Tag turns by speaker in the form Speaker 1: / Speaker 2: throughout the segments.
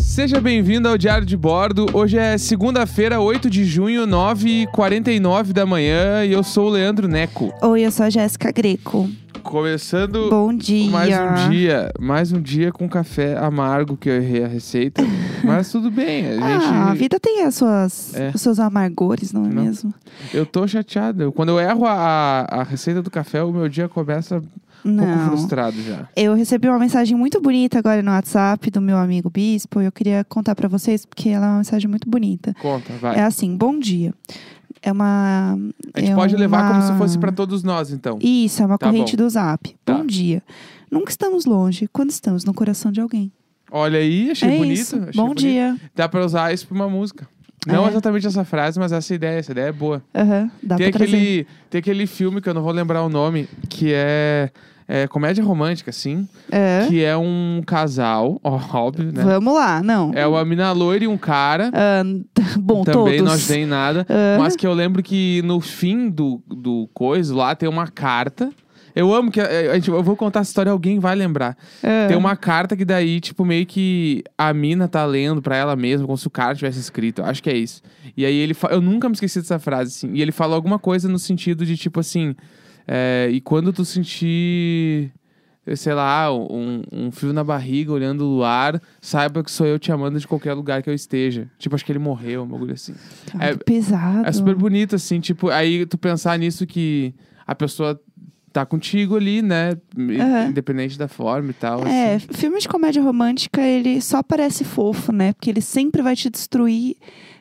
Speaker 1: Seja bem-vindo ao Diário de Bordo. Hoje é segunda-feira, 8 de junho, 9h49 da manhã, e eu sou o Leandro Neco.
Speaker 2: Oi, eu sou a Jéssica Greco.
Speaker 1: Começando
Speaker 2: Bom dia.
Speaker 1: mais um dia, mais um dia com café amargo que eu errei a receita, mas tudo bem, a gente
Speaker 2: Ah, a vida tem as suas,
Speaker 1: É.
Speaker 2: os seus amargores, não é
Speaker 1: Não.
Speaker 2: mesmo?
Speaker 1: eu tô chateado. Eu- Quando eu erro a, a receita do café, o meu dia começa um pouco
Speaker 2: Não.
Speaker 1: frustrado já.
Speaker 2: Eu recebi uma mensagem muito bonita agora no WhatsApp do meu amigo Bispo. e Eu queria contar pra vocês porque ela é uma mensagem muito bonita.
Speaker 1: Conta, vai.
Speaker 2: É assim, bom dia. É uma.
Speaker 1: a gente
Speaker 2: é
Speaker 1: pode levar como se
Speaker 2: uma-
Speaker 1: fosse pra todos nós, então.
Speaker 2: Isso, é uma
Speaker 1: Tá
Speaker 2: corrente do Zap.
Speaker 1: Tá.
Speaker 2: Bom dia. Nunca estamos longe quando estamos no coração de alguém.
Speaker 1: Olha aí, achei
Speaker 2: é
Speaker 1: bonito.
Speaker 2: isso.
Speaker 1: achei
Speaker 2: bom
Speaker 1: bonito.
Speaker 2: dia.
Speaker 1: Dá pra usar isso pra uma música. Não
Speaker 2: É.
Speaker 1: exatamente essa frase, mas essa ideia. Essa ideia é boa.
Speaker 2: Aham, Dá
Speaker 1: tem,
Speaker 2: pra trazer.
Speaker 1: aquele, tem aquele filme que eu não vou lembrar o nome, que é, é comédia romântica, assim.
Speaker 2: É.
Speaker 1: Que é um casal, ó, óbvio, né?
Speaker 2: Vamos lá, não.
Speaker 1: É uma mina loira e um cara.
Speaker 2: Ah, bom,
Speaker 1: também
Speaker 2: todos.
Speaker 1: nós nem nada. Mas que eu lembro que no fim do, do coisa lá tem uma carta. Eu amo que. eh, A gente, eu vou contar essa história, alguém vai lembrar.
Speaker 2: Ah.
Speaker 1: Tem uma carta que daí, tipo, meio que a mina tá lendo pra ela mesma, como se o cara tivesse escrito. Eu Acho que é isso. E aí ele fa... Eu nunca me esqueci dessa frase, assim. E ele fala alguma coisa no sentido de, tipo assim. é, e quando tu sentir, eh, sei lá, um, um frio na barriga olhando o luar, saiba que sou eu te amando de qualquer lugar que eu esteja. Tipo, acho que ele morreu, um bagulho assim.
Speaker 2: Tá
Speaker 1: é-
Speaker 2: muito pesado.
Speaker 1: É super bonito, assim, tipo, aí tu pensar nisso que a pessoa tá contigo ali, né? I-
Speaker 2: Aham.
Speaker 1: Independente da forma e tal.
Speaker 2: É,
Speaker 1: assim.
Speaker 2: filme de comédia romântica, ele só parece fofo, né? Porque ele sempre vai te destruir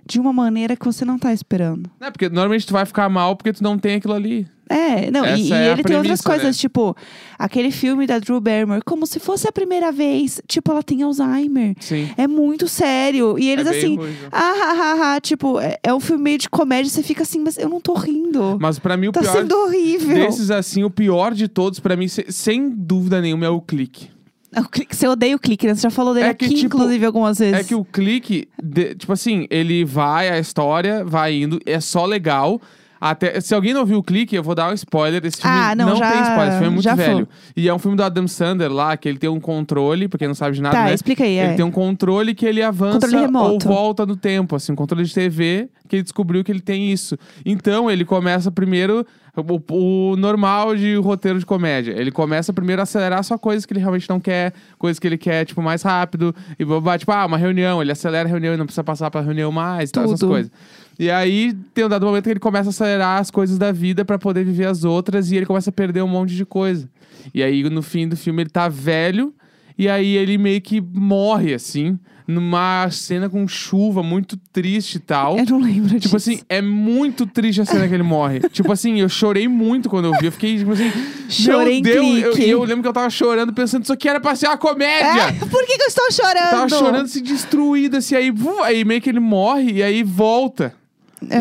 Speaker 2: de uma maneira que você não tá esperando.
Speaker 1: Não, Né, porque normalmente tu vai ficar mal porque tu não tem aquilo ali.
Speaker 2: É, não,
Speaker 1: Essa
Speaker 2: e, e
Speaker 1: é a
Speaker 2: ele tem outras
Speaker 1: premissa,
Speaker 2: coisas,
Speaker 1: né?
Speaker 2: tipo, aquele filme da Drew Barrymore, como se fosse a primeira vez. Tipo, ela tem Alzheimer.
Speaker 1: Sim.
Speaker 2: É muito sério. E eles
Speaker 1: É bem
Speaker 2: assim,
Speaker 1: ruim, né?
Speaker 2: ah, ha, ha, ha, tipo, é, é um filme meio de comédia, você fica assim, mas eu não tô rindo.
Speaker 1: Mas pra mim o
Speaker 2: tá
Speaker 1: pior
Speaker 2: sendo horrível.
Speaker 1: desses, assim, o pior de todos, pra mim, se- sem dúvida nenhuma, é o clique.
Speaker 2: O clique- Você odeia o clique, né? Você já falou dele
Speaker 1: É que,
Speaker 2: aqui,
Speaker 1: tipo,
Speaker 2: inclusive, algumas vezes.
Speaker 1: É que o clique, de- tipo assim, ele vai, a história vai indo, é só legal. Até, se alguém não viu o clique, eu vou dar um spoiler. Esse filme
Speaker 2: Ah, não, já-
Speaker 1: tem spoiler, esse filme é muito
Speaker 2: já foi.
Speaker 1: velho. E é um filme do Adam Sandler lá, que ele tem um controle, pra quem não sabe de nada,
Speaker 2: Tá,
Speaker 1: né?
Speaker 2: explica aí.
Speaker 1: Ele
Speaker 2: é.
Speaker 1: tem um controle que ele avança
Speaker 2: Controle
Speaker 1: ou
Speaker 2: remoto.
Speaker 1: volta no tempo, assim, um controle de TV que ele descobriu que ele tem isso. Então ele começa primeiro o, o normal de roteiro de comédia. Ele começa primeiro a acelerar só coisas que ele realmente não quer, coisas que ele quer, tipo, mais rápido. E babá, tipo, ah, uma reunião, ele acelera a reunião e não precisa passar pra reunião mais, tal, essas
Speaker 2: Tudo.
Speaker 1: coisas. E aí, tem um dado momento que ele começa a acelerar as coisas da vida pra poder viver as outras e ele começa a perder um monte de coisa. E aí, no fim do filme, ele tá velho e aí ele meio que morre, assim, numa cena com chuva muito triste e tal.
Speaker 2: Eu não lembro
Speaker 1: Tipo assim, é muito triste a cena que ele morre. tipo assim, eu chorei muito quando eu vi. Eu fiquei, tipo assim,
Speaker 2: Chorei em
Speaker 1: meu Deus, eu,
Speaker 2: clique.
Speaker 1: e eu lembro que eu tava chorando, pensando, isso aqui era pra ser uma comédia.
Speaker 2: É? por que, que eu estou chorando?
Speaker 1: Tava chorando, se destruído, assim, aí, vu, aí meio que ele morre e aí volta.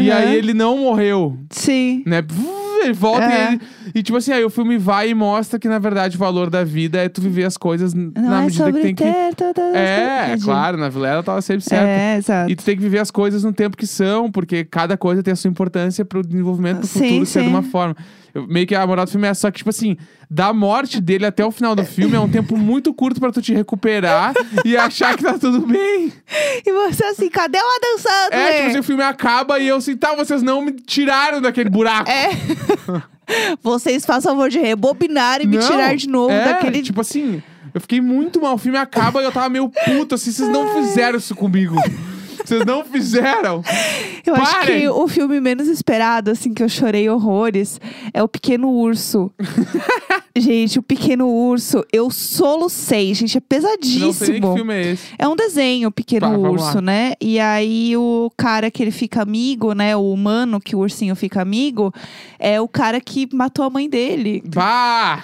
Speaker 1: E
Speaker 2: Aham.
Speaker 1: aí ele não morreu,
Speaker 2: Sim.
Speaker 1: né? Vu, Ele volta
Speaker 2: É.
Speaker 1: e, ele- e, tipo assim, aí o filme vai e mostra que, na verdade, o valor da vida é tu viver as coisas n-
Speaker 2: Não
Speaker 1: na
Speaker 2: é
Speaker 1: medida que
Speaker 2: sobre
Speaker 1: tem que.
Speaker 2: ter todas as
Speaker 1: É,
Speaker 2: coisas.
Speaker 1: claro, na Vilela tava sempre certo.
Speaker 2: É, exato.
Speaker 1: E tu tem que viver as coisas no tempo que são, porque cada coisa tem a sua importância pro desenvolvimento do
Speaker 2: Sim,
Speaker 1: futuro ser de
Speaker 2: sim.
Speaker 1: uma forma. Eu- meio que a moral do filme é só que, tipo assim, da morte dele até o final do filme é um tempo muito curto pra tu te recuperar e achar que tá tudo bem.
Speaker 2: E você assim, cadê o né? Adam Sandler?
Speaker 1: É, tipo assim, o filme acaba e eu assim, tá, vocês não me tiraram daquele buraco.
Speaker 2: É. Vocês façam favor de rebobinar e me
Speaker 1: Não,
Speaker 2: tirar de novo
Speaker 1: é,
Speaker 2: daquele...
Speaker 1: Tipo assim, eu fiquei muito mal. O filme acaba e eu tava meio puto, assim, vocês não fizeram isso comigo. Vocês não fizeram.
Speaker 2: eu acho
Speaker 1: parem.
Speaker 2: que o filme menos esperado, assim, que eu chorei horrores, é O Pequeno Urso. gente, O Pequeno Urso, eu solucei, gente, é pesadíssimo.
Speaker 1: Não sei nem que filme é esse.
Speaker 2: É um desenho, Pequeno
Speaker 1: Tá, vamos
Speaker 2: Urso,
Speaker 1: lá.
Speaker 2: né? E aí o cara que ele fica amigo, né? O humano que o ursinho fica amigo, é o cara que matou a mãe dele.
Speaker 1: Bah!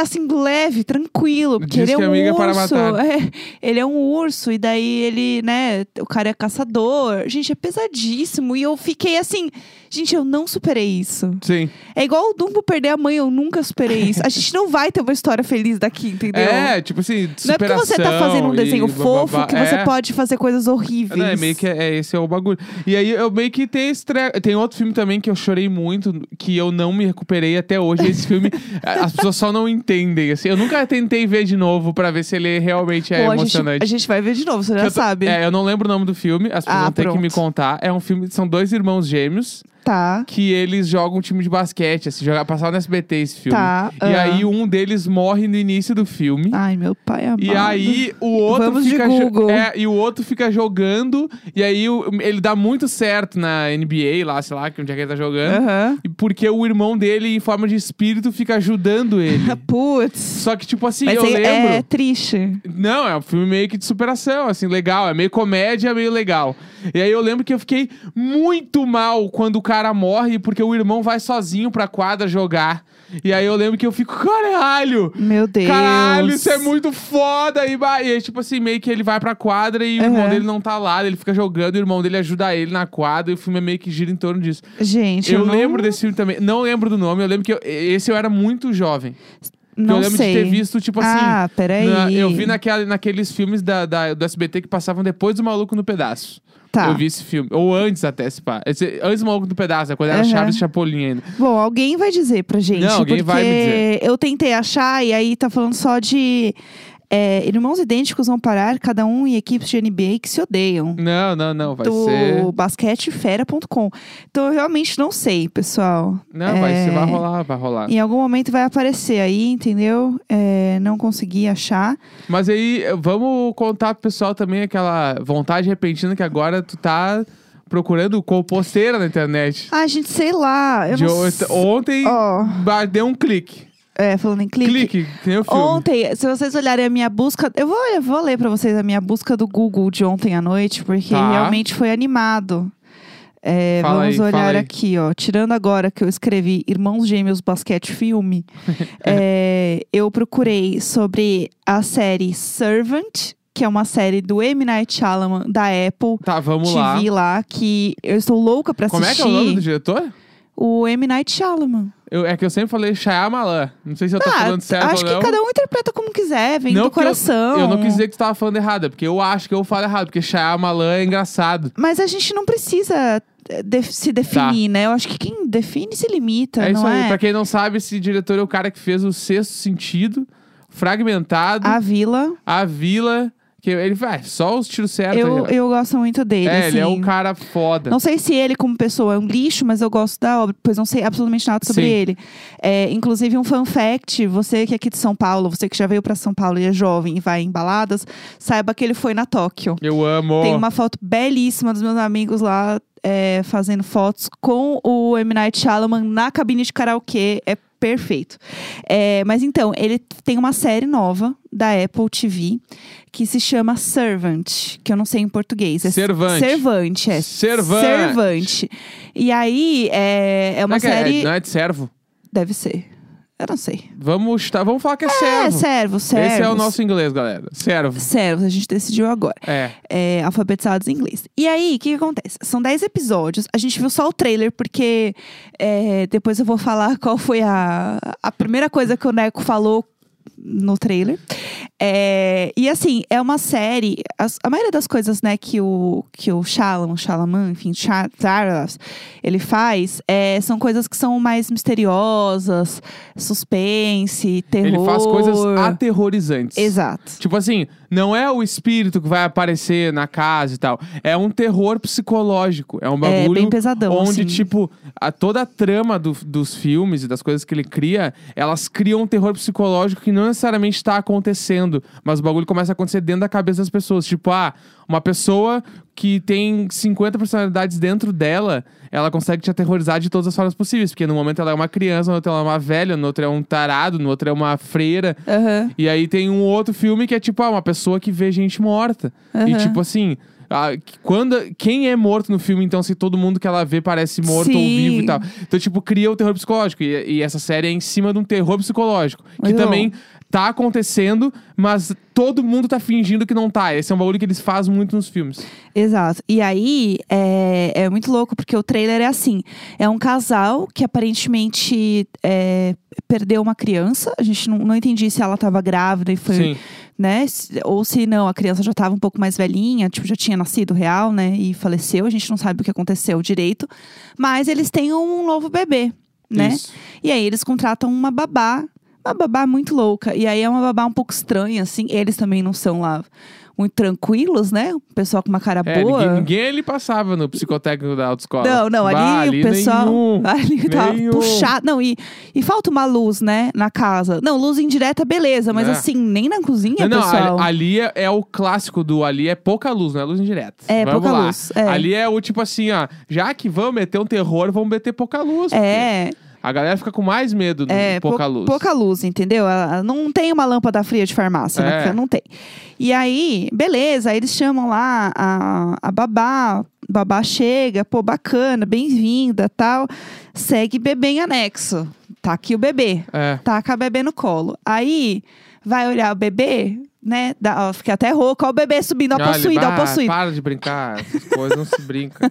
Speaker 2: Assim, leve, tranquilo, porque
Speaker 1: Diz
Speaker 2: ele é
Speaker 1: que
Speaker 2: um
Speaker 1: amiga é
Speaker 2: urso.
Speaker 1: para matar.
Speaker 2: É, ele é um urso, e daí ele, né? O cara é caçador. Gente, é pesadíssimo. E eu fiquei assim, gente, eu não superei isso.
Speaker 1: Sim.
Speaker 2: É igual o Dumbo perder a mãe, eu nunca superei isso. A gente não vai ter uma história feliz daqui, entendeu?
Speaker 1: É, tipo assim,
Speaker 2: Não é porque você tá fazendo um
Speaker 1: superação
Speaker 2: desenho
Speaker 1: e
Speaker 2: fofo
Speaker 1: bababá.
Speaker 2: que você
Speaker 1: É.
Speaker 2: pode fazer coisas horríveis.
Speaker 1: Não, é meio que é, esse é o bagulho. E aí eu meio que tem esse tre... Tem outro filme também que eu chorei muito, que eu não me recuperei até hoje. Esse filme, as pessoas só não entendem, assim. Eu nunca tentei ver de novo pra ver se ele realmente é
Speaker 2: Bom, a, gente,
Speaker 1: emocionante.
Speaker 2: a gente vai ver de novo, você já
Speaker 1: Eu tô-
Speaker 2: sabe.
Speaker 1: É, eu não lembro o nome do filme, as pessoas
Speaker 2: Ah,
Speaker 1: vão ter que
Speaker 2: pronto.
Speaker 1: me contar. É um filme, são dois irmãos gêmeos
Speaker 2: Tá,
Speaker 1: que eles jogam um time de basquete, assim, jogar, passar no SBT esse filme.
Speaker 2: tá.
Speaker 1: E
Speaker 2: ah.
Speaker 1: aí um deles morre no início do filme.
Speaker 2: Ai, meu pai amado.
Speaker 1: E aí o outro
Speaker 2: tá. Vamos de
Speaker 1: fica jo-
Speaker 2: Google.
Speaker 1: é, e o outro fica jogando e aí o- ele dá muito certo na NBA lá, sei lá, que onde é que ele tá jogando.
Speaker 2: Aham.
Speaker 1: E Porque o irmão dele em forma de espírito fica ajudando ele.
Speaker 2: Putz.
Speaker 1: Só que tipo assim,
Speaker 2: Mas
Speaker 1: eu
Speaker 2: é,
Speaker 1: lembro.
Speaker 2: é triste.
Speaker 1: Não, é um filme meio que de superação, assim, legal. É meio comédia, meio legal. E aí eu lembro que eu fiquei muito mal quando o cara morre, porque o irmão vai sozinho pra quadra jogar. E aí eu lembro que eu fico, caralho!
Speaker 2: Meu Deus.
Speaker 1: Caralho, isso é muito foda! E, ba- e aí, tipo assim, meio que ele vai pra quadra e o irmão
Speaker 2: Aham.
Speaker 1: dele não tá lá, ele fica jogando, e o irmão dele ajuda ele na quadra, e o filme é meio que gira em torno disso.
Speaker 2: Gente,
Speaker 1: Eu,
Speaker 2: eu, não-
Speaker 1: lembro desse filme também, não lembro do nome, eu lembro que eu- esse eu era muito jovem. Que
Speaker 2: Não
Speaker 1: eu lembro
Speaker 2: sei.
Speaker 1: de ter visto, tipo assim.
Speaker 2: ah, peraí.
Speaker 1: Na- eu vi naquela- naqueles filmes da, da- do SBT que passavam depois do Maluco no Pedaço.
Speaker 2: Tá.
Speaker 1: Eu vi esse filme. Ou antes até, se pá. Esse- antes do Maluco no Pedaço, né, quando era
Speaker 2: Aham.
Speaker 1: Chaves e Chapolin ainda.
Speaker 2: Bom, alguém vai dizer pra gente.
Speaker 1: Não, alguém
Speaker 2: porque
Speaker 1: vai me dizer.
Speaker 2: eu tentei achar e aí tá falando só de... é, irmãos idênticos vão parar, cada um em equipes de NBA que se odeiam.
Speaker 1: Não, não, não. Vai
Speaker 2: do
Speaker 1: ser.
Speaker 2: basquetefera.com. Então eu realmente não sei, pessoal.
Speaker 1: Não, vai
Speaker 2: É,
Speaker 1: ser. Vai rolar, vai rolar.
Speaker 2: Em algum momento vai aparecer aí, entendeu? É, não consegui achar.
Speaker 1: Mas aí, eh, vamos contar pro pessoal também aquela vontade repentina que agora tu tá procurando composteira na internet.
Speaker 2: Ah, gente, sei lá. Eu
Speaker 1: De tá-
Speaker 2: não
Speaker 1: ont-
Speaker 2: sei.
Speaker 1: ontem
Speaker 2: Ó,
Speaker 1: ba- deu um clique.
Speaker 2: é, falando em clique.
Speaker 1: Clique, que nem o filme.
Speaker 2: Ontem, se vocês olharem a minha busca, eu vou, eu vou ler pra vocês a minha busca do Google de ontem à noite, porque
Speaker 1: Tá.
Speaker 2: realmente foi animado. É,
Speaker 1: Fala
Speaker 2: vamos
Speaker 1: aí, fala
Speaker 2: olhar
Speaker 1: aí.
Speaker 2: aqui, ó. Tirando agora que eu escrevi Irmãos Gêmeos Basquete Filme, é, eu procurei sobre a série Servant, que é uma série do M. Night Shyamalan, da Apple
Speaker 1: Tá, vamos lá.
Speaker 2: TV lá, que eu estou louca pra
Speaker 1: Como é que
Speaker 2: assistir.
Speaker 1: é o nome do diretor?
Speaker 2: O M. Night Shyamalan.
Speaker 1: Eu- é que eu sempre falei Shyamalan. Não sei se eu tô
Speaker 2: ah,
Speaker 1: falando certo
Speaker 2: acho
Speaker 1: ou não.
Speaker 2: que cada um interpreta como quiser, vem
Speaker 1: Não,
Speaker 2: do
Speaker 1: porque eu-
Speaker 2: coração.
Speaker 1: Eu não quis dizer que tu tava falando errado, é porque eu acho que eu falo errado, porque Shyamalan é engraçado.
Speaker 2: Mas a gente não precisa eh, de- se definir, né? Eu acho que quem define se limita,
Speaker 1: Tá. é
Speaker 2: não
Speaker 1: isso aí.
Speaker 2: é?
Speaker 1: Pra quem não sabe, esse diretor é o cara que fez o Sexto Sentido, Fragmentado,
Speaker 2: A Vila,
Speaker 1: A Vila, que ele vai, só os tiros certos.
Speaker 2: eu,
Speaker 1: né?
Speaker 2: eu gosto muito dele,
Speaker 1: é, ele é
Speaker 2: assim.
Speaker 1: um cara foda.
Speaker 2: Não sei se ele, como pessoa, é um lixo, mas eu gosto da obra, pois não sei absolutamente nada sobre
Speaker 1: Sim.
Speaker 2: ele. É, inclusive, um fun fact: você que é aqui de São Paulo, você que já veio pra São Paulo e é jovem e vai em baladas, saiba que ele foi na Tóquio.
Speaker 1: Eu amo.
Speaker 2: Tem uma foto belíssima dos meus amigos lá é, fazendo fotos com o M. Night Shyamalan na cabine de karaokê. É perfeito. É, mas então, ele tem uma série nova da Apple TV que se chama Servant, que eu não sei em português. É
Speaker 1: Servante.
Speaker 2: Servante, é.
Speaker 1: Servante.
Speaker 2: Servante. E aí, é, é
Speaker 1: não,
Speaker 2: uma
Speaker 1: é que é-
Speaker 2: série...
Speaker 1: não é de servo.
Speaker 2: Deve ser. Eu não sei.
Speaker 1: Vamos, chutar- vamos falar que é,
Speaker 2: É,
Speaker 1: servo.
Speaker 2: servo, servo.
Speaker 1: Esse é o nosso inglês, galera. Servo.
Speaker 2: Servos, a gente decidiu agora.
Speaker 1: É.
Speaker 2: é, alfabetizados em inglês. E aí, o que, que acontece? São 10 episódios. A gente viu só o trailer, porque é, depois eu vou falar qual foi a, a primeira coisa que o Neco falou no trailer. É, e assim, é uma série. as- a maioria das coisas, né, que o, que o Shalom, Shalaman, enfim, Sha- Charles, ele faz, é, são coisas que são mais misteriosas, suspense, terror.
Speaker 1: Ele faz coisas aterrorizantes.
Speaker 2: Exato.
Speaker 1: Tipo assim, não é o espírito que vai aparecer na casa e tal. É um terror psicológico. É um
Speaker 2: É,
Speaker 1: bagulho.
Speaker 2: bem pesadão,
Speaker 1: Onde,
Speaker 2: assim.
Speaker 1: tipo, a, toda a trama do- dos filmes e das coisas que ele cria, elas criam um terror psicológico que não necessariamente está acontecendo. Mas o bagulho começa a acontecer dentro da cabeça das pessoas. Tipo, ah, uma pessoa que tem 50 personalidades dentro dela, ela consegue te aterrorizar de todas as formas possíveis. Porque no momento ela é uma criança, no outro ela é uma velha, no outro é um tarado, no outro é uma freira.
Speaker 2: Aham.
Speaker 1: E aí tem um outro filme que é tipo, ah, uma pessoa que vê gente morta. E
Speaker 2: Aham.
Speaker 1: tipo assim, ah, que- quando, quem é morto no filme, então, se todo mundo que ela vê parece morto ou
Speaker 2: Sim.
Speaker 1: vivo e tal. Então, tipo, cria o terror psicológico. E, e essa série é em cima de um terror psicológico. que
Speaker 2: Muito
Speaker 1: também tá acontecendo, mas todo mundo tá fingindo que não tá. Esse é um bagulho que eles fazem muito nos filmes.
Speaker 2: Exato. E aí é, é muito louco, porque o trailer é assim: é um casal que aparentemente é, perdeu uma criança. A gente não, não entendi se ela estava grávida e foi.
Speaker 1: Sim.
Speaker 2: Né? se- Ou se não, a criança já estava um pouco mais velhinha, tipo, já tinha nascido real, né? E faleceu. A gente não sabe o que aconteceu direito. Mas eles têm um novo bebê, né?
Speaker 1: Isso.
Speaker 2: E aí eles contratam uma babá. uma babá muito louca. E aí é uma babá um pouco estranha, assim. Eles também não são lá muito tranquilos, né? O pessoal com uma cara
Speaker 1: É,
Speaker 2: boa.
Speaker 1: ninguém, ninguém ali passava no psicotécnico da autoescola.
Speaker 2: Não, não, ali,
Speaker 1: Bah,
Speaker 2: o pessoal
Speaker 1: nenhum.
Speaker 2: ali tava
Speaker 1: nenhum.
Speaker 2: puxado. Não, e, e falta uma luz, né, na casa. Não, luz indireta, beleza, mas
Speaker 1: É.
Speaker 2: assim, nem na cozinha,
Speaker 1: Não, não,
Speaker 2: pessoal.
Speaker 1: ali, ali é, é o clássico do ali é pouca luz, não é luz indireta.
Speaker 2: É,
Speaker 1: vamos
Speaker 2: pouca
Speaker 1: lá.
Speaker 2: luz, é.
Speaker 1: Ali é o tipo assim, ó, já que vamos meter um terror, vamos meter pouca luz.
Speaker 2: é,
Speaker 1: porque A galera fica com mais medo do
Speaker 2: é
Speaker 1: pouca
Speaker 2: pou-
Speaker 1: luz.
Speaker 2: Pouca luz, entendeu? Ela- Não tem uma lâmpada fria de farmácia,
Speaker 1: É.
Speaker 2: né? Não tem. E aí, beleza, aí eles chamam lá a, a babá, babá chega, pô, bacana, bem-vinda, tal. Segue bebê em anexo. Tá aqui o bebê.
Speaker 1: É.
Speaker 2: taca a bebê no colo. Aí vai olhar o bebê, né? Dá, ó, fica até rouca, ó, o bebê subindo, ó,
Speaker 1: Olha,
Speaker 2: possuído, ó,
Speaker 1: bah,
Speaker 2: possuído.
Speaker 1: Para de brincar, essas coisas não se brinca.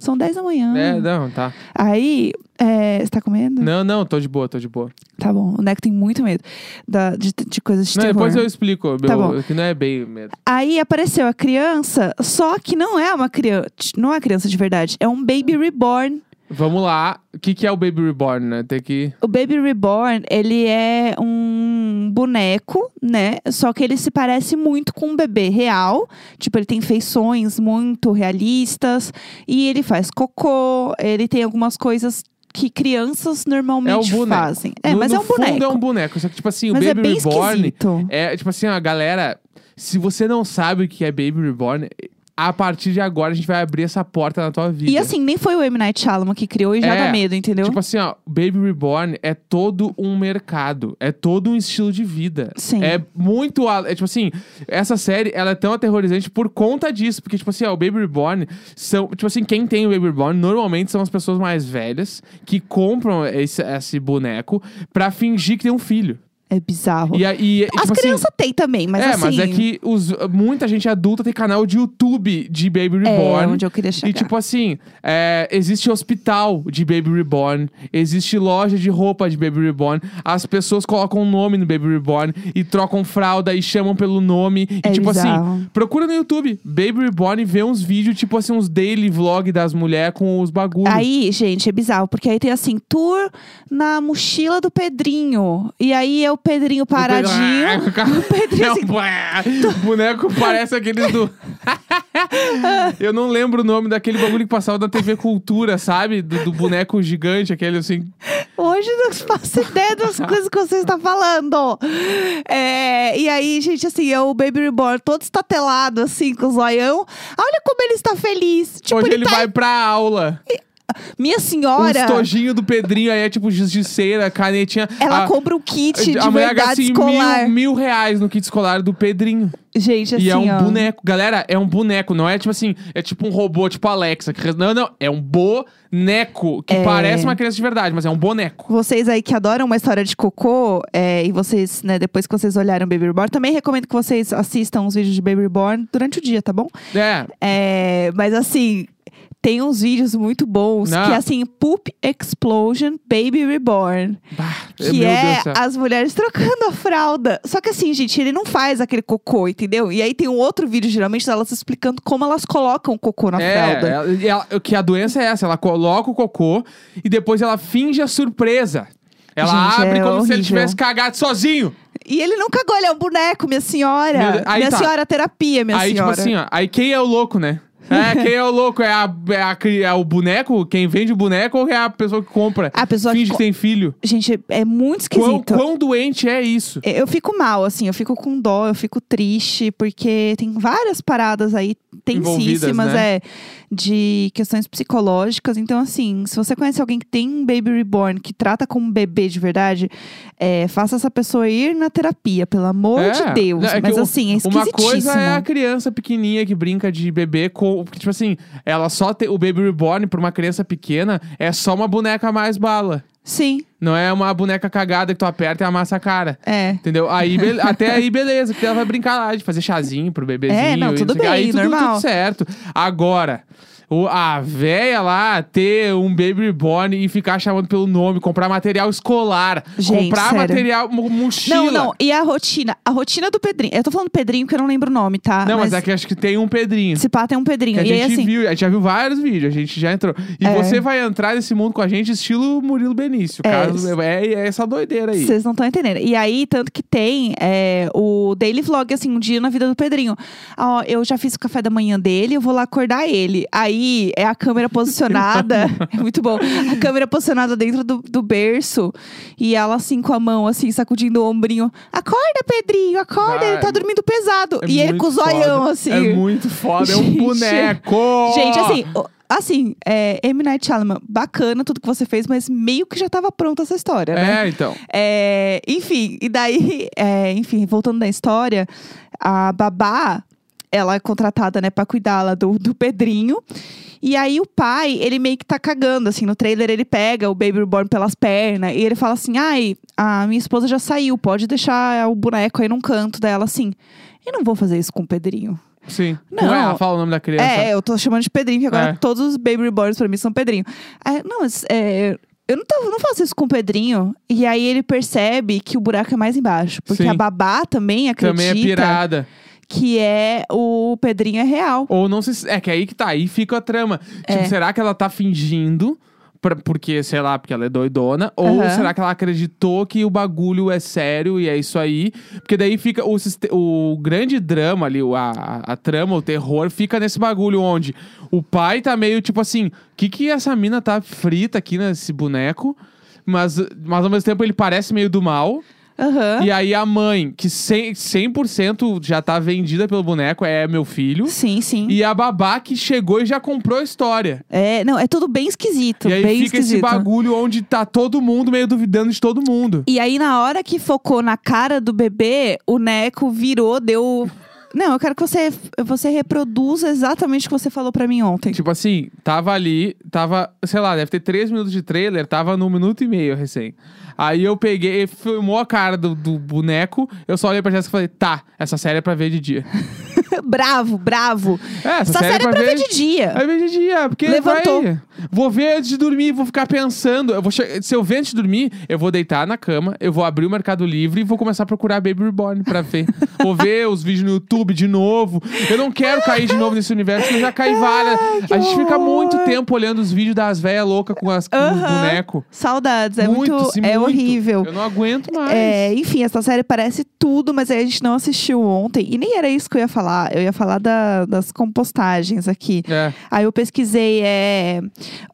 Speaker 2: São 10 da manhã.
Speaker 1: É, não, tá.
Speaker 2: Aí, é, você tá com medo?
Speaker 1: Não, não, tô de boa, tô de boa.
Speaker 2: Tá bom, o Neco tem muito medo da- de, de coisas de
Speaker 1: Não,
Speaker 2: terror.
Speaker 1: depois eu explico, meu,
Speaker 2: Tá bom.
Speaker 1: que não é bem medo.
Speaker 2: Aí apareceu a criança, só que não é uma criança, não é uma criança de verdade, é um baby reborn.
Speaker 1: Vamos lá, o que, que é o Baby Reborn, né? Tem que...
Speaker 2: O Baby Reborn, ele é um boneco, né? Só que ele se parece muito com um bebê real. Tipo, ele tem feições muito realistas. E ele faz cocô. Ele tem algumas coisas que crianças
Speaker 1: É um
Speaker 2: normalmente
Speaker 1: boneco.
Speaker 2: fazem. É,
Speaker 1: No-
Speaker 2: mas
Speaker 1: no
Speaker 2: é um
Speaker 1: fundo
Speaker 2: boneco.
Speaker 1: é um boneco, só que tipo assim,
Speaker 2: mas
Speaker 1: o
Speaker 2: é
Speaker 1: Baby
Speaker 2: bem
Speaker 1: Reborn...
Speaker 2: esquisito.
Speaker 1: É, tipo assim, a galera, se você não sabe o que é Baby Reborn, a partir de agora a gente vai abrir essa porta na tua vida.
Speaker 2: E assim, nem foi o M. Night Shyamalan que criou e já
Speaker 1: É,
Speaker 2: dá medo, entendeu?
Speaker 1: Tipo assim, ó, Baby Reborn é todo um mercado, é todo um estilo de vida.
Speaker 2: Sim.
Speaker 1: É muito. a- É tipo assim, essa série ela é tão aterrorizante por conta disso. Porque, tipo assim, ó, o Baby Reborn são. Tipo assim, quem tem o Baby Reborn normalmente são as pessoas mais velhas que compram esse, esse boneco pra fingir que tem um filho.
Speaker 2: É bizarro.
Speaker 1: E, aí- e,
Speaker 2: As
Speaker 1: tipo assim,
Speaker 2: crianças têm também, mas
Speaker 1: é,
Speaker 2: assim...
Speaker 1: mas é que os, muita gente adulta tem canal de YouTube de Baby
Speaker 2: é
Speaker 1: Reborn.
Speaker 2: onde eu queria chegar.
Speaker 1: E tipo assim, é, existe hospital de Baby Reborn, existe loja de roupa de Baby Reborn, as pessoas colocam um nome no Baby Reborn e trocam fralda e chamam pelo nome. E
Speaker 2: É
Speaker 1: tipo assim,
Speaker 2: bizarro.
Speaker 1: procura no YouTube, Baby Reborn e vê uns vídeos, tipo assim, uns daily vlog das mulheres com os bagulhos.
Speaker 2: Aí, gente, é bizarro, porque aí tem assim, tour na mochila do Pedrinho. E aí é o Pedrinho paradinho.
Speaker 1: O Pedrinho.
Speaker 2: Pedrinho,
Speaker 1: É um
Speaker 2: assim,
Speaker 1: bué. O boneco parece aqueles do. Eu não lembro o nome daquele bagulho que passava na TV Cultura, sabe? Do, do boneco gigante, aquele assim.
Speaker 2: Hoje eu não faço ideia das coisas que você está falando. É, e aí, gente, assim, é o Baby Reborn todo estatelado, assim, com o zoião. Olha como ele está feliz. Tipo,
Speaker 1: Hoje
Speaker 2: ele,
Speaker 1: ele
Speaker 2: tá...
Speaker 1: vai pra aula.
Speaker 2: Minha
Speaker 1: Um
Speaker 2: senhora,
Speaker 1: estojinho do Pedrinho aí é tipo giz de cera, canetinha.
Speaker 2: ela
Speaker 1: a,
Speaker 2: compra um kit de
Speaker 1: a mulher
Speaker 2: verdade
Speaker 1: gasta assim,
Speaker 2: escolar.
Speaker 1: mil, mil reais no kit escolar do Pedrinho.
Speaker 2: Gente, assim,
Speaker 1: e é um
Speaker 2: ó.
Speaker 1: boneco. Galera, é um boneco. Não é tipo assim, é tipo um robô, tipo Alexa. Que... res- Não, não. É um boneco que
Speaker 2: É.
Speaker 1: parece uma criança de verdade, mas é um boneco.
Speaker 2: Vocês aí que adoram uma história de cocô, é, e vocês, né, depois que vocês olharam Baby Reborn, também recomendo que vocês assistam os vídeos de Baby Reborn durante o dia, tá bom?
Speaker 1: É,
Speaker 2: É, mas assim, tem uns vídeos muito bons,
Speaker 1: Não.
Speaker 2: que é assim, Poop Explosion Baby Reborn.
Speaker 1: Bah, meu
Speaker 2: Que
Speaker 1: Deus
Speaker 2: é
Speaker 1: do céu.
Speaker 2: as mulheres trocando a fralda. Só que assim, gente, ele não faz aquele cocô, entendeu? E aí tem um outro vídeo, geralmente, delas explicando como elas colocam o cocô na fralda.
Speaker 1: É, ela- e ela- que a doença é essa, ela coloca o cocô e depois ela finge a surpresa. Ela
Speaker 2: Gente,
Speaker 1: abre
Speaker 2: é
Speaker 1: como se ele
Speaker 2: horrível.
Speaker 1: tivesse cagado sozinho.
Speaker 2: E ele não cagou, ele é um boneco, minha
Speaker 1: Meu
Speaker 2: senhora.
Speaker 1: Deus, aí
Speaker 2: minha
Speaker 1: tá.
Speaker 2: senhora, terapia, minha
Speaker 1: aí,
Speaker 2: senhora.
Speaker 1: tipo assim, ó, aí quem é o louco, né? É, quem é o louco? É, a, é, a cri- é o boneco? Quem vende o boneco ou é a pessoa que compra?
Speaker 2: A pessoa que
Speaker 1: finge que,
Speaker 2: co-
Speaker 1: tem filho.
Speaker 2: Gente, é é muito
Speaker 1: Quão,
Speaker 2: esquisito.
Speaker 1: quão doente é isso?
Speaker 2: É, Eu fico mal, assim, eu fico com dó, eu fico triste, porque tem várias paradas aí
Speaker 1: Envolvidas,
Speaker 2: tensíssimas,
Speaker 1: né?
Speaker 2: é, de questões psicológicas. Então, assim, se você conhece alguém que tem um baby reborn, que trata como um bebê de verdade, é, faça essa pessoa ir na terapia, pelo amor
Speaker 1: É,
Speaker 2: de Deus.
Speaker 1: é que
Speaker 2: Mas,
Speaker 1: o-
Speaker 2: assim, é
Speaker 1: Uma
Speaker 2: esquisitíssimo.
Speaker 1: coisa é a criança pequenininha que brinca de bebê com. Porque, tipo assim, ela só tem. O Baby Reborn, pra uma criança pequena, é só uma boneca mais bala.
Speaker 2: Sim,
Speaker 1: Não é uma boneca cagada que tu aperta e amassa a cara.
Speaker 2: é.
Speaker 1: Entendeu? Aí, be- até aí, beleza, porque ela vai brincar lá de fazer chazinho pro bebezinho.
Speaker 2: É, não,
Speaker 1: e
Speaker 2: tudo
Speaker 1: sei o quê.
Speaker 2: bem,
Speaker 1: aí, tudo,
Speaker 2: normal.
Speaker 1: tudo certo. Agora, o- a véia lá ter um baby born e ficar chamando pelo nome, comprar material escolar,
Speaker 2: Gente,
Speaker 1: comprar
Speaker 2: sério.
Speaker 1: material, mo- mochila.
Speaker 2: Não, não. E a rotina? A rotina do Pedrinho. Eu tô falando Pedrinho porque eu não lembro o nome, tá?
Speaker 1: Não, mas, aqui acho que tem um Pedrinho.
Speaker 2: Esse pá tem um
Speaker 1: Que
Speaker 2: Pedrinho.
Speaker 1: a
Speaker 2: E
Speaker 1: gente
Speaker 2: aí, assim.
Speaker 1: viu, a gente já viu vários vídeos, a gente já entrou. E
Speaker 2: É.
Speaker 1: você vai entrar nesse mundo com a gente, estilo Murilo Benício.
Speaker 2: É.
Speaker 1: Caso, é, é essa doideira aí.
Speaker 2: Vocês não estão entendendo. E aí, tanto que tem é, o daily vlog, assim, um dia na vida do Pedrinho. Ó, eu já fiz o café da manhã dele, eu vou lá acordar ele. Aí é a câmera posicionada. é muito bom. A câmera posicionada dentro do, do berço. E ela, assim, com a mão, assim, sacudindo o ombrinho. Acorda, Pedrinho, acorda,
Speaker 1: Ah,
Speaker 2: ele tá
Speaker 1: é-
Speaker 2: dormindo pesado.
Speaker 1: É
Speaker 2: e ele
Speaker 1: muito
Speaker 2: com o zoião,
Speaker 1: foda.
Speaker 2: assim.
Speaker 1: É muito foda, é um
Speaker 2: Gente.
Speaker 1: boneco!
Speaker 2: Gente, assim, o- assim, é, M. Night Shyamalan, bacana tudo que você fez, mas meio que já tava pronta essa história, né?
Speaker 1: É, então.
Speaker 2: É, enfim, e daí, é, enfim, voltando na história, a babá, ela é contratada, né, pra cuidar lá do, do Pedrinho. E aí o pai, ele meio que tá cagando, assim, no trailer ele pega o Baby Reborn pelas pernas e ele fala assim, ai, a minha esposa já saiu, pode deixar o boneco aí num canto dela, assim. Eu não vou fazer isso com o Pedrinho.
Speaker 1: Sim.
Speaker 2: Não.
Speaker 1: Como é? Ela fala o nome da criança.
Speaker 2: É, eu tô chamando de Pedrinho, porque agora
Speaker 1: É.
Speaker 2: todos os Baby Reborns pra mim são Pedrinho. Ah, não, mas é, eu não, tô- não faço isso com o Pedrinho. E aí ele percebe que o buraco é mais embaixo. Porque
Speaker 1: Sim.
Speaker 2: a babá também acredita
Speaker 1: Também é pirada.
Speaker 2: que é o Pedrinho é real.
Speaker 1: Ou não sei se. É que aí que tá, aí fica a trama. Tipo, será que ela tá fingindo? pra- porque, sei lá, porque ela é doidona. Ou
Speaker 2: Aham.
Speaker 1: será que ela acreditou que o bagulho é sério e é isso aí? Porque daí fica o, siste- o grande drama ali, o- a, a- a trama, o terror, fica nesse bagulho onde o pai tá meio tipo assim: que que essa mina tá frita aqui nesse boneco? Mas, mas ao mesmo tempo ele parece meio do mal.
Speaker 2: Aham.
Speaker 1: E aí a mãe, que 100%, 100% já tá vendida pelo boneco, é meu filho.
Speaker 2: Sim, sim.
Speaker 1: E a babá que chegou e já comprou a história.
Speaker 2: É, não, é tudo bem esquisito.
Speaker 1: e aí
Speaker 2: bem
Speaker 1: fica esse
Speaker 2: esquisito.
Speaker 1: bagulho onde tá todo mundo meio duvidando de todo mundo.
Speaker 2: E aí, na hora que focou na cara do bebê, o Neco virou, deu. Não, eu quero que você, você reproduza exatamente o que você falou pra mim ontem.
Speaker 1: Tipo assim, tava ali, tava, sei lá, deve ter três minutos de trailer, tava no minuto e meio recém. Aí eu peguei, filmou a cara do, do boneco, eu só olhei pra Jéssica e falei, tá, essa série é pra ver de dia.
Speaker 2: bravo, bravo.
Speaker 1: É, essa,
Speaker 2: Essa série é pra ver de dia.
Speaker 1: É ver de dia, porque
Speaker 2: Levantou.
Speaker 1: vai... Vou ver antes de dormir, vou ficar pensando. Eu vou che- Se eu ver antes de dormir, eu vou deitar na cama, eu vou abrir o Mercado Livre e vou começar a procurar Baby Reborn pra ver. vou ver os vídeos no YouTube de novo. Eu não quero cair de novo nesse universo, porque eu já caí várias.
Speaker 2: que
Speaker 1: a gente fica
Speaker 2: horror.
Speaker 1: muito tempo olhando os vídeos das velhas loucas com, as... com os
Speaker 2: Aham.
Speaker 1: bonecos.
Speaker 2: Saudades, é muito,
Speaker 1: se
Speaker 2: é horrível.
Speaker 1: Eu não aguento mais.
Speaker 2: É, enfim, essa série parece tudo, mas aí a gente não assistiu ontem. E nem era isso que eu ia falar. Eu ia falar da- das compostagens aqui.
Speaker 1: É.
Speaker 2: Aí eu pesquisei, é.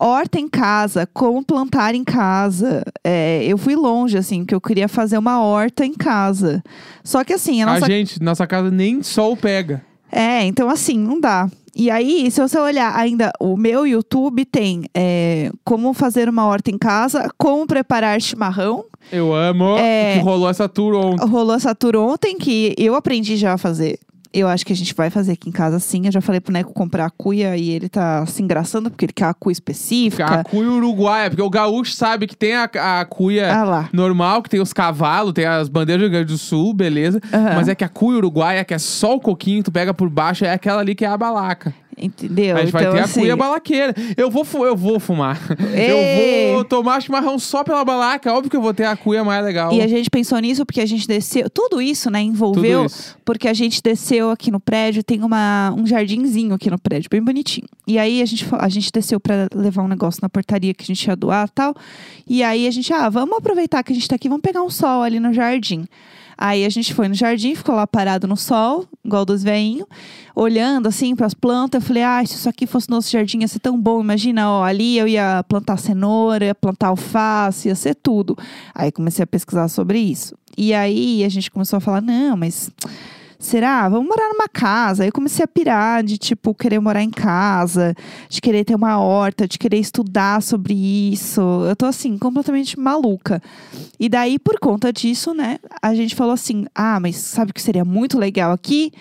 Speaker 2: Horta em casa, como plantar em casa. É, eu fui longe, assim, porque eu queria fazer uma horta em casa. Só que assim, a nossa
Speaker 1: A gente, nossa casa nem sol pega.
Speaker 2: É, então assim, não dá. E aí, se você olhar ainda, o meu YouTube tem é, como fazer uma horta em casa, como preparar chimarrão.
Speaker 1: Eu amo
Speaker 2: É.
Speaker 1: que rolou essa tour ontem.
Speaker 2: Rolou essa tour ontem que eu aprendi já a fazer. Eu acho que a gente vai fazer aqui em casa sim. Eu já falei pro Neco comprar a cuia e ele tá se engraçando porque ele quer a cuia
Speaker 1: A
Speaker 2: específica.
Speaker 1: cuia uruguaia, porque o gaúcho sabe que tem a, a cuia
Speaker 2: Ah lá.
Speaker 1: normal, que tem os cavalos, tem as bandeiras do Rio Grande do Sul, beleza.
Speaker 2: Aham.
Speaker 1: Mas é que a cuia uruguaia, que é só o coquinho, que tu pega por baixo, é aquela ali que é a balaca.
Speaker 2: Entendeu?
Speaker 1: a gente vai
Speaker 2: então,
Speaker 1: ter a
Speaker 2: assim,
Speaker 1: cuia balaqueira. Eu vou, fu- eu vou fumar.
Speaker 2: Ei!
Speaker 1: Eu vou tomar chimarrão só pela balaca. É Óbvio que eu vou ter a cuia mais legal.
Speaker 2: E a gente pensou nisso porque a gente desceu. Tudo isso, né,
Speaker 1: Tudo
Speaker 2: envolveu
Speaker 1: isso.
Speaker 2: porque a gente desceu aqui no prédio, tem uma, um jardinzinho aqui no prédio, bem bonitinho. E aí a gente, fa- a gente desceu pra levar um negócio na portaria que a gente ia doar e tal. E aí a gente, ah, vamos aproveitar que a gente tá aqui, vamos pegar um sol ali no jardim. Aí a gente foi no jardim, ficou lá parado no sol, igual dos veinhos, olhando assim pras plantas. Eu falei, ah, se isso aqui fosse nosso jardim ia ser tão bom. Imagina, ó, ali eu ia plantar cenoura, ia plantar alface, ia ser tudo. Aí comecei a pesquisar sobre isso. E aí a gente começou a falar, não, mas será? Vamos morar numa casa. Aí eu comecei a pirar de, tipo, querer morar em casa, de querer ter uma horta, de querer estudar sobre isso. Eu tô, assim, completamente maluca. E daí, por conta disso, né, a gente falou assim: ah, mas sabe o que seria muito legal aqui?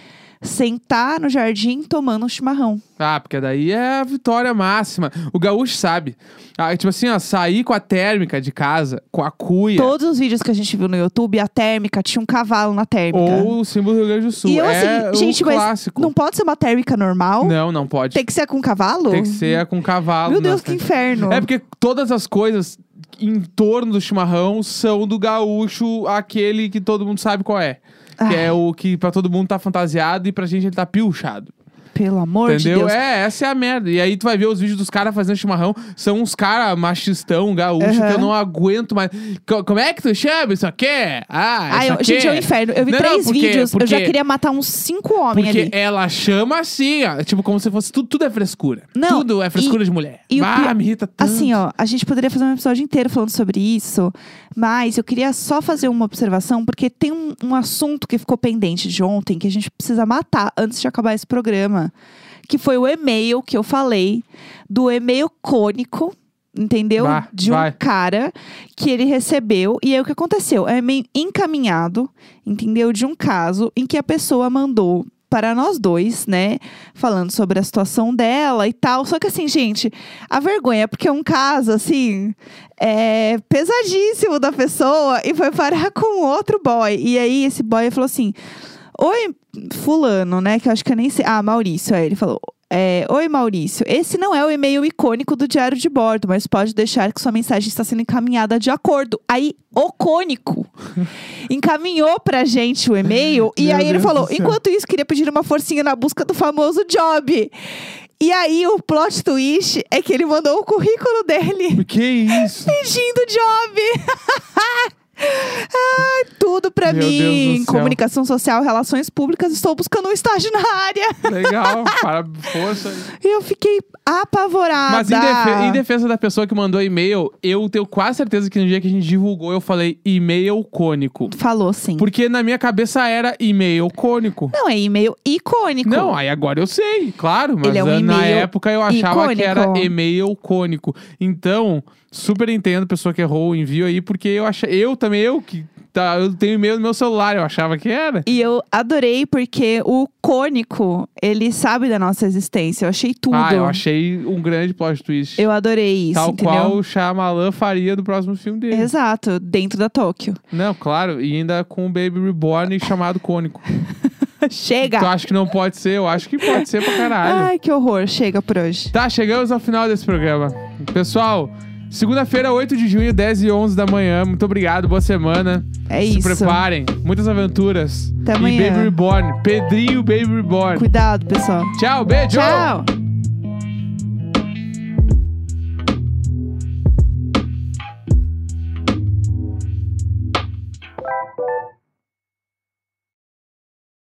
Speaker 2: sentar no jardim tomando um chimarrão.
Speaker 1: Ah, porque daí é a vitória máxima. O gaúcho sabe. Ah, tipo assim, ó, sair com a térmica de casa, com a cuia.
Speaker 2: Todos os vídeos que a gente viu no YouTube, a térmica tinha um cavalo na térmica.
Speaker 1: Ou o símbolo do Rio Grande do Sul.
Speaker 2: e eu
Speaker 1: é
Speaker 2: assim, gente,
Speaker 1: o
Speaker 2: mas
Speaker 1: clássico.
Speaker 2: não pode ser uma térmica normal?
Speaker 1: Não, não pode.
Speaker 2: Tem que ser com cavalo?
Speaker 1: Tem que ser com cavalo.
Speaker 2: Meu
Speaker 1: na
Speaker 2: Deus, que
Speaker 1: frente.
Speaker 2: inferno.
Speaker 1: É porque todas as coisas em torno do chimarrão são do gaúcho, aquele que todo mundo sabe qual é. Que
Speaker 2: Ah.
Speaker 1: é o que pra todo mundo tá fantasiado e pra gente ele tá pilchado.
Speaker 2: Pelo amor de
Speaker 1: Entendeu?
Speaker 2: Deus.
Speaker 1: é, essa é a merda. E aí tu vai ver os vídeos dos caras fazendo chimarrão. São uns caras machistão, gaúcho,
Speaker 2: Aham.
Speaker 1: que eu não aguento mais. Co- como é que tu chama isso aqui? Ah,
Speaker 2: Ai,
Speaker 1: isso
Speaker 2: eu-
Speaker 1: aqui.
Speaker 2: gente, é um inferno. Eu vi
Speaker 1: Não, não,
Speaker 2: três
Speaker 1: porque-
Speaker 2: vídeos, eu já
Speaker 1: porque-
Speaker 2: queria matar uns cinco homens
Speaker 1: Porque
Speaker 2: ali.
Speaker 1: ela chama assim, ó. Tipo, como se fosse tudo, tudo é frescura.
Speaker 2: Não,
Speaker 1: tudo é frescura de mulher.
Speaker 2: e o
Speaker 1: ah,
Speaker 2: pior-
Speaker 1: me irrita tanto.
Speaker 2: Assim, ó, a gente poderia fazer um episódio inteiro falando sobre isso, mas eu queria só fazer uma observação, porque tem um, um assunto que ficou pendente de ontem que a gente precisa matar antes de acabar esse programa. Que foi o e-mail que eu falei, do e-mail cônico, entendeu?
Speaker 1: Bah,
Speaker 2: de um
Speaker 1: vai.
Speaker 2: cara que ele recebeu. E aí o que aconteceu? É um e-mail encaminhado, entendeu? De um caso em que a pessoa mandou para nós dois, né? Falando sobre a situação dela e tal. Só que assim, gente, a vergonha, é porque é um caso, assim, é pesadíssimo da pessoa e foi parar com outro boy. E aí esse boy falou assim: Oi, fulano, né? Que eu acho que eu nem sei. Ah, Maurício, aí ele falou. é, Oi, Maurício. Esse não é o e-mail icônico do diário de bordo, mas pode deixar que sua mensagem está sendo encaminhada de acordo. Aí, o cônico encaminhou pra gente o e-mail e
Speaker 1: Meu
Speaker 2: aí ele
Speaker 1: Deus
Speaker 2: falou:
Speaker 1: do céu.
Speaker 2: enquanto isso, queria pedir uma forcinha na busca do famoso job. E aí, o plot twist é que ele mandou o currículo dele
Speaker 1: Que isso?
Speaker 2: pedindo job. Ai, tudo pra
Speaker 1: Meu Deus do
Speaker 2: mim.
Speaker 1: céu.
Speaker 2: Comunicação social, relações públicas. Estou buscando um estágio na área.
Speaker 1: Legal, para força.
Speaker 2: E eu fiquei apavorada.
Speaker 1: Mas em, defe- em defesa da pessoa que mandou e-mail, eu tenho quase certeza que no dia que a gente divulgou, eu falei e-mail cônico.
Speaker 2: Falou sim.
Speaker 1: Porque na minha cabeça era e-mail cônico.
Speaker 2: Não, é e-mail icônico.
Speaker 1: Não, aí agora eu sei, claro, mas
Speaker 2: Ele é um
Speaker 1: ah, na
Speaker 2: e-mail
Speaker 1: época eu achava que era
Speaker 2: icônico.
Speaker 1: e-mail cônico. Então, super entendo a pessoa que errou o envio aí, porque eu achei, eu também eu que tá, eu tenho e-mail no meu celular, eu achava que era.
Speaker 2: E eu adorei porque o cônico, ele sabe da nossa existência. Eu achei tudo.
Speaker 1: Ah, eu achei um grande plot twist.
Speaker 2: Eu adorei isso,
Speaker 1: Tal
Speaker 2: entendeu?
Speaker 1: qual o Shyamalan faria do próximo filme dele.
Speaker 2: Exato, dentro da Tóquio.
Speaker 1: Não, claro, e ainda com o Baby Reborn e chamado cônico.
Speaker 2: chega!
Speaker 1: Tu acha que não pode ser? Eu acho que pode ser pra caralho.
Speaker 2: Ai, que horror. Chega por hoje.
Speaker 1: Tá, chegamos ao final desse programa. Pessoal, segunda-feira, 8 de junho, 10 e 11 da manhã. Muito obrigado, boa semana.
Speaker 2: É
Speaker 1: Se
Speaker 2: isso.
Speaker 1: preparem, muitas aventuras.
Speaker 2: Até
Speaker 1: e
Speaker 2: amanhã.
Speaker 1: Baby Reborn, Pedrinho Baby Reborn.
Speaker 2: Cuidado, pessoal.
Speaker 1: Tchau, beijo!
Speaker 2: Tchau.